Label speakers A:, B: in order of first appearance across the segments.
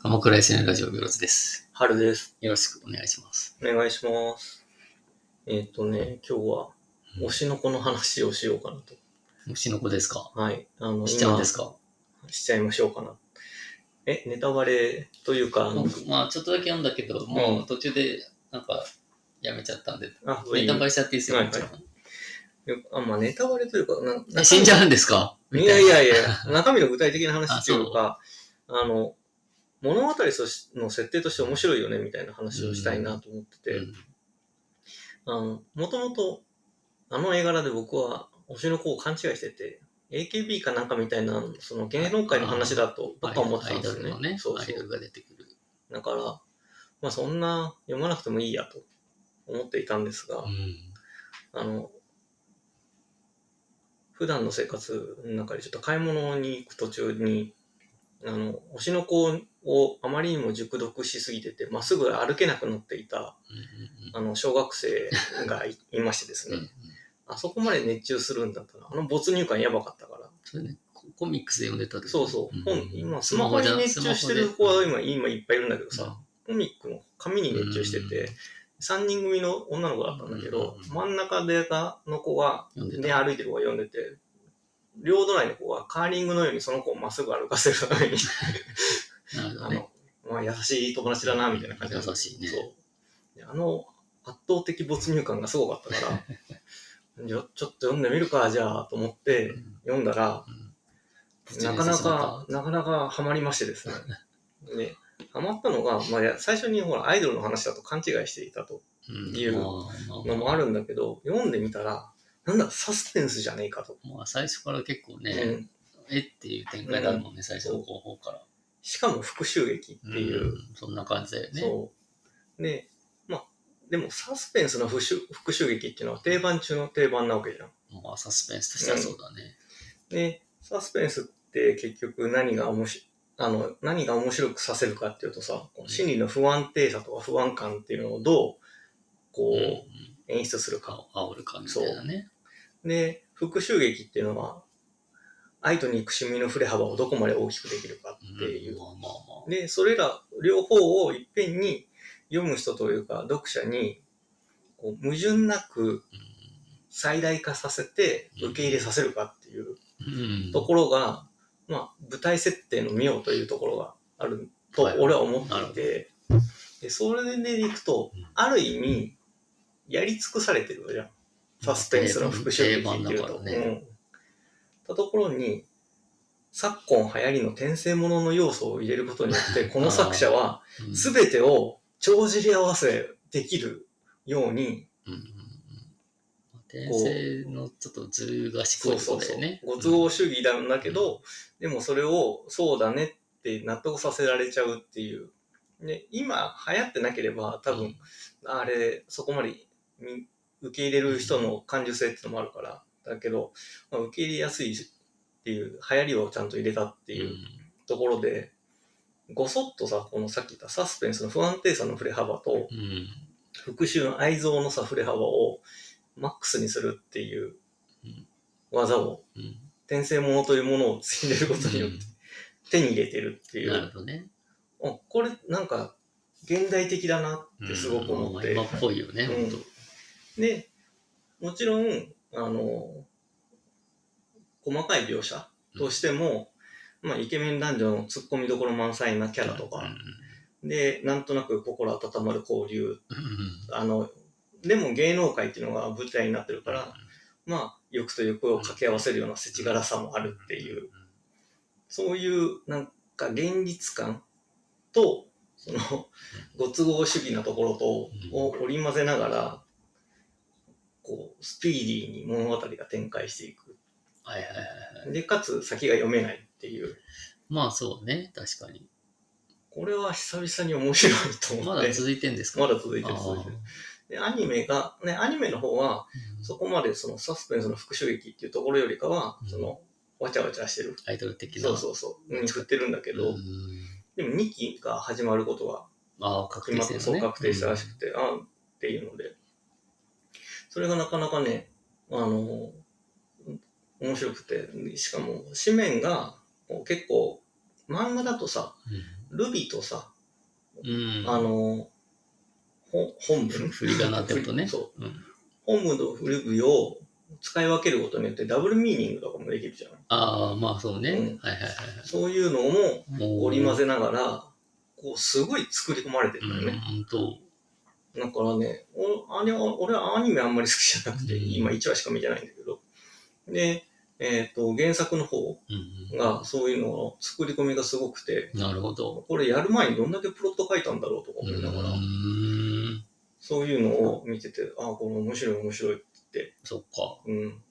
A: 鎌倉 SN ラジオ行列です。
B: 春です。
A: よろしくお願いします。
B: お願いします。えっ、とね、今日は
A: うん
B: 推しの子の話をしようかなと。
A: 推しの子ですか
B: はい。あの、
A: しちゃうんですか
B: 今しちゃいましょうかな。え、ネタバレというか、あの
A: 僕、まあ、ちょっとだけ読んだけど、もう途中で、なんか、やめちゃったんで、
B: あ、
A: ネタバ
B: レ
A: レしちゃっていいですよ、
B: はい
A: もちろん
B: あ、まあ、ネタバレというか、な
A: え死んじ
B: う
A: ゃうんですかみ
B: い
A: た
B: や
A: い
B: い
A: な
B: やいや、中身の具体的な話というか、あの、物語としの設定として面白いよねみたいな話をしたいなと思ってて、
A: うん
B: あの、もともと、あの絵柄で僕は、推しの子を勘違いしてて、AKB かなんかみたいな、その芸能界の話だと
A: アイ
B: 僕は思ってたんで
A: ド
B: す
A: ル
B: よ
A: の
B: ね。
A: ね
B: そう
A: ア
B: そ
A: イドル
B: う。
A: が出てくる。
B: だから、まあそんな読まなくてもいいやと思っていたんですが、
A: うん
B: あの、普段の生活の中でちょっと買い物に行く途中に、あの、推しの子をあまりにも熟読しすぎてて、まっすぐ歩けなくなっていた、あの、小学生がいいましてです
A: うんうんうんう
B: ね
A: ん、
B: あそこまで熱中するんだったら、あの没入感やばかったから。
A: それね、ココミックスで読んでた時
B: そうそう。本、
A: ん
B: 今、スマホに
A: じゃ
B: 熱中してる
A: ス
B: 子
A: マホ
B: は
A: で
B: 今、今いっぱいいるんだけど
A: うん
B: さ、コミックの紙に熱中して
A: うん
B: て、3人組の女の子だったんだけど
A: うん、
B: 真ん中でかの子は、
A: 読んで
B: で、
A: た。
B: 歩いてる子が読んでて、両隣の子はカーリングのようにその子をまっすぐ歩かせる ために、
A: なるほ
B: あ
A: どね。
B: の、まあ、優しい友達だな、みたいな感じだった
A: 優しいね
B: そうであの圧倒的没入感がすごかった から、じゃちょっと読んでみるか、じゃあ、と思って
A: うん
B: 読んだら、
A: うん
B: な
A: 口に
B: かな
A: 入れてしまっ、
B: かなかなかハマりまして ですね。で、ハマったのが、まあいや、最初にほら、アイドルの話だと勘違いしていたと
A: たうん
B: 理由
A: まあまあま
B: のもあるんだけど、読んでみたら、なんだ、サスペンスじゃねえかと。
A: あまあ最初から結構ね、
B: うん、
A: えっていう展開だもんね、最初の後方から。
B: しかも復讐劇っていう、
A: んそんな感じだよね。
B: そう。で、まあ、でもサスペンスの復讐復讐劇っていうのは定番中の定番なわけじゃん。
A: まあ、サスペンスとしてはそうだね。
B: で、サスペンスって結局何が面白あの何が面白くさせるかっていうとさ、こう心理の不安定さとか不安感っていうのをどうこ
A: うん
B: う演出するか。
A: あおるかみたいなね。
B: で、復讐劇っていうのは、愛と憎しみの振れ幅をどこまで大きくできるかっていう
A: うんまあまあまあ。
B: で、それら両方をいっぺんに読む人というか、読者にこう矛盾なく最大化させて受け入れさせるかっていう
A: うん
B: ところが、まあ、舞台設定の妙というところがあると
A: はい
B: 俺は思っていて、でそれでいくと
A: うん、
B: ある意味、やり尽くされてるじゃん。サスペンスの復讐劇ってい
A: 定
B: うと。
A: 番だからね
B: うん。たところに、昨今流行りの転生ものの要素を入れることによって、この作者は
A: うん
B: 全てを帳尻合わせできるように、
A: うんうんうん。転生のちょっとずる賢いところだよね。
B: ご都合主義なんだけど、でもそれをそうだねって納得させられちゃうっていう。で、今流行ってなければ多分、あれ、そこまでみ受け入れる人の感受性ってのもあるから、だけど、まあ、受け入れやすいっていう、流行りをちゃんと入れたって
A: うん
B: いうところで、ごそっとさ、このさっき言ったサスペンスの不安定さの振れ幅と、
A: うん
B: 復讐の愛憎のさ、振れ幅をマックスにするっていう技を
A: うん
B: 転生ものというものをついれることによって手に入れてるっていう、
A: なるほどね。
B: あこれなんか現代的だなってすごく思って、
A: うんまあ今っぽいよね、
B: う
A: 本
B: ん
A: 当。
B: でもちろんあの細かい描写としても、まあ、イケメン男女のツッコミどころ満載なキャラと
A: うん
B: か、でなんとなく心温まる交流
A: うん
B: あのでも芸能界っていうのが舞台になってるから、まあ欲と欲を掛け合わせるような世知辛さもあるっていう。そういうなんか現実感とそのご都合主義なところと
A: うん
B: を織り交ぜながらこうスピーディーに物語が展開していく
A: はいはいはいはい。
B: でかつ先が読めないっていう
A: まあそうね、確かに。
B: これは久々に面白いと思
A: ま
B: っ
A: だ
B: て
A: 続いてんですか
B: まだ続いてる続いてるでアニメがねアニメの方は
A: うん
B: そこまでそのサスペンスの復讐劇っていうところよりかは
A: うん
B: そのわちゃわちゃしてる
A: アイドル的な。
B: そうそうそううん作ってるんだけど
A: うん
B: でも2期が始まることは
A: ああ、確定
B: 今
A: 戦
B: そう
A: ね。
B: 確定したらしくて、あんっていうので。それがなかなかね、あの、面白くて、しかも、紙面が、こう結構、漫画だとさ、ルビとさ、
A: うん。
B: あの、ほ本文
A: 振り仮名ってことね
B: そう。
A: うん
B: 本文と古文を使い分けることによってダブルミーニングとかもできるじゃない
A: ああ、まあそうね。はいはい
B: うん
A: はいは
B: そういうのも
A: い。も
B: 織り交ぜながら、こう、すごい作り込まれてるんだよね。
A: うん、と。
B: だからね、おあれは俺はアニメあんまり好きじゃなくて、
A: うん
B: 今1話しか見てないんだけど。で、えっ、と、原作の方
A: うんうん
B: がそういうのの作り込みがすごくて、
A: なるほど。
B: これやる前にどんだけプロット書いたんだろうとか思いながら、
A: うーん。
B: そういうのを見てて、ああ、これ面白い面白いって、
A: そっか。
B: うん、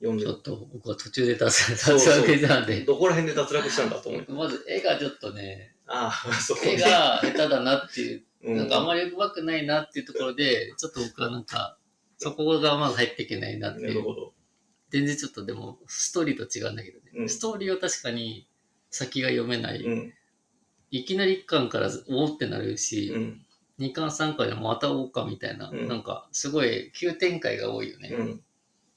B: 読んで
A: ちょっと僕は途中で脱
B: そう
A: 落
B: そう
A: 脱落したんで。
B: どこら辺で脱落したんだと思う。
A: まず絵がちょっとね、
B: ああ、そこ
A: 絵
B: で。
A: が下手だなっていう、
B: う
A: なんかあんまり上手くないなっていうところで、ちょっと僕はなんか、そこがまず入っていけないなって
B: ないる
A: う。
B: ほど。
A: 全然ちょっとでも、ストーリーと違うんだけどね。
B: うん
A: ストーリーは確かに先が読めない。
B: うん。
A: いきなり1巻からおーってなるし、
B: うん。
A: 2巻3巻でまた追うかみたいな、
B: うん
A: なんかすごい急展開が多いよね、
B: うん。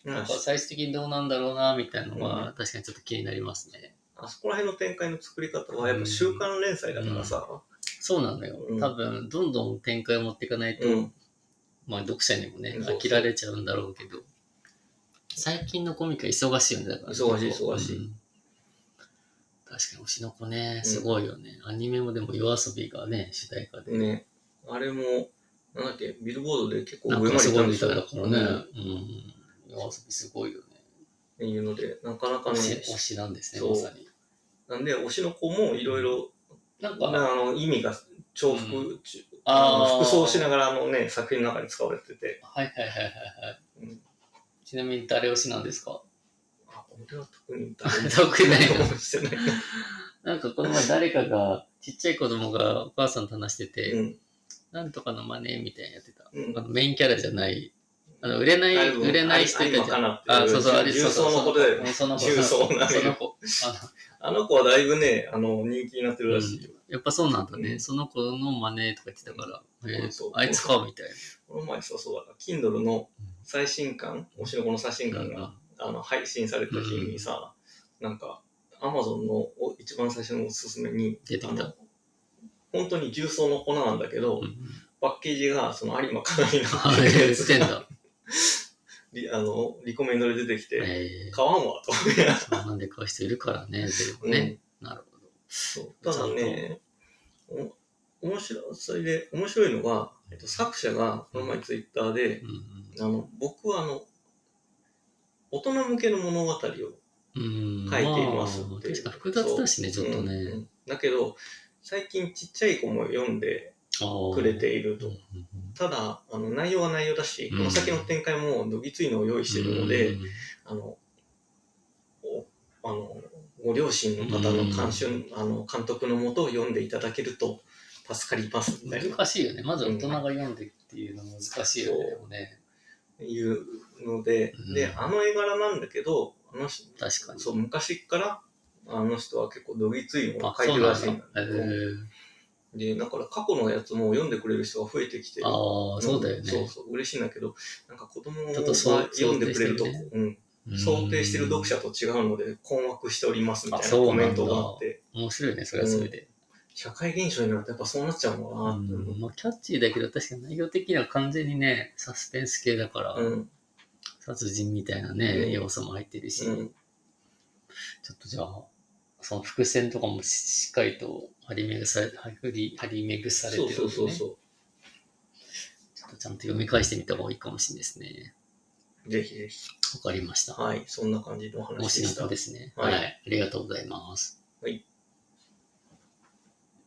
A: な
B: なんん
A: か
B: か
A: 最終的にどうなんだろうなみたいなの
B: う
A: は確かにちょっと気になりますね、
B: あそこら辺の展開の作り方はやっぱ週刊連載だからさ、
A: そうなんだよ、
B: うん
A: 多分どんどん展開を持っていかないと、
B: うん、
A: まあ読者にもね
B: そうそう
A: 飽きられちゃうんだろうけど最近のコミックは忙しいよねだからね
B: 忙しい忙しい
A: うん確かに推しの子ねすごいよね、アニメもでも夜遊びがね主題歌で、
B: ね、あれも、なんだっけ、ビルボードで結構
A: な
B: 上
A: ん
B: まで
A: かす
B: 行
A: ご
B: っ
A: い
B: たんで
A: み
B: す
A: たいだ
B: よ
A: からね、うん
B: っ
A: 夜遊びすごいよね
B: ていうので、なかなかね
A: 推、し推しなんですね、
B: そう
A: まさに。
B: なんで推しの子もいろいろ、
A: なんか、
B: なあの意味が重複、
A: う
B: ちあの
A: ー
B: 服装しながらあのね、作品の中に使われてて、
A: はいはいはいはいはい。
B: うん、
A: ちなみに誰推しなんですか
B: あ、俺は特に
A: 特にないの
B: 何もしてない。
A: なんかこの前誰かが、ちっちゃい子供がお母さんと話してて、
B: うん。
A: なんとかのマネーみたいなのやってた。
B: うん
A: あのメインキャラじゃない、あの売れない、
B: だいぶ
A: 売れない人いたじゃん。あ、そうそう、あれ、そ
B: 重
A: うそう
B: 曹のことだよね。
A: その子、
B: 重
A: その
B: 曹
A: 子
B: なのよ
A: その子。
B: あの子はだいぶね、あの、人気になってるらしいよ。
A: やっぱそうなんだね。
B: うん
A: その子のマネーとか言ってたから、えー
B: そう
A: あいつかみたい
B: この前そうそうだから、Kindle の最新刊、推しの子の最新
A: な。
B: 刊が、あの、配信された日にさ、なんか、Amazon のお一番最初のおすすめに、
A: 出てきた
B: あの本当に重曹の粉なんだけど、
A: うんうん
B: パッケージがその有馬かなみの
A: あ言
B: や
A: っ
B: つ
A: てん
B: が
A: だ。
B: リあのリコメンドで出てきて、
A: えー
B: 買わんわと思いながら
A: そうなんで買う人いるからね、でも ね。なるほど。
B: そうただね、お面白い、それで面白いのが、えっと、作者がこの前ツイッターで、
A: う
B: あの僕はあの大人向けの物語を書いて
A: ん。うん
B: います
A: まあ
B: っていう
A: 確か複雑だしね、ち
B: そ
A: ょ
B: う
A: っとね。
B: うんうんだけど、最近ちっちゃい子も読んで
A: ああ
B: くれていると。
A: うん
B: ただ、あの内容は内容だし、
A: うん
B: この先の展開もどぎついのを用意しているので、
A: うん
B: あの、おあの、ご両親の方の監修、あの、監督のもとを読んでいただけると助かります、みたいな、
A: 難しいよね。まず大人が読んでっていうのは難しいよね。でもね
B: いうので、
A: うん
B: で、あの絵柄なんだけど、あの人、
A: 確かに。
B: そう、昔から、あの人は結構どぎついのを
A: あ、
B: 書い
A: そう
B: てる
A: な
B: らしいん
A: ん
B: だ
A: だ。
B: けどで、だから過去のやつも読んでくれる人が増えてきて
A: えー、ああ、そうだよね。
B: そうそう、嬉しいんだけど、なんか子供
A: ちょっ
B: が
A: とそう
B: 読んでくれると、
A: 想定して
B: うん、
A: うん
B: 想定してる読者と違うので困惑しておりますみたい
A: あ
B: な
A: そう
B: コ
A: なんだ
B: メントがあって、
A: 面白いね、それはそれで。
B: 社会現象になるとやっぱそうなっちゃうのかなって
A: うんまあ、キャッチーだけど、確かに内容的には完全にね、サスペンス系だから、
B: 思う。うん。
A: 殺人みたいなね、
B: うん
A: 要素も入ってるし、
B: うん。
A: ちょっとじゃあ、その伏線とかもししっかりと張り巡され張り張り巡されて
B: そ
A: るので、
B: う
A: ね、
B: そうそうそ
A: ちょっとちゃんと読み返してみた方がいいかもしれないですね。
B: う。ぜひぜひ。
A: わかりました。
B: はい。そんな感じのお
A: お
B: 話
A: し
B: で
A: の
B: した
A: 子で。すね、
B: はい
A: はい。ありがとうございます。
B: はい。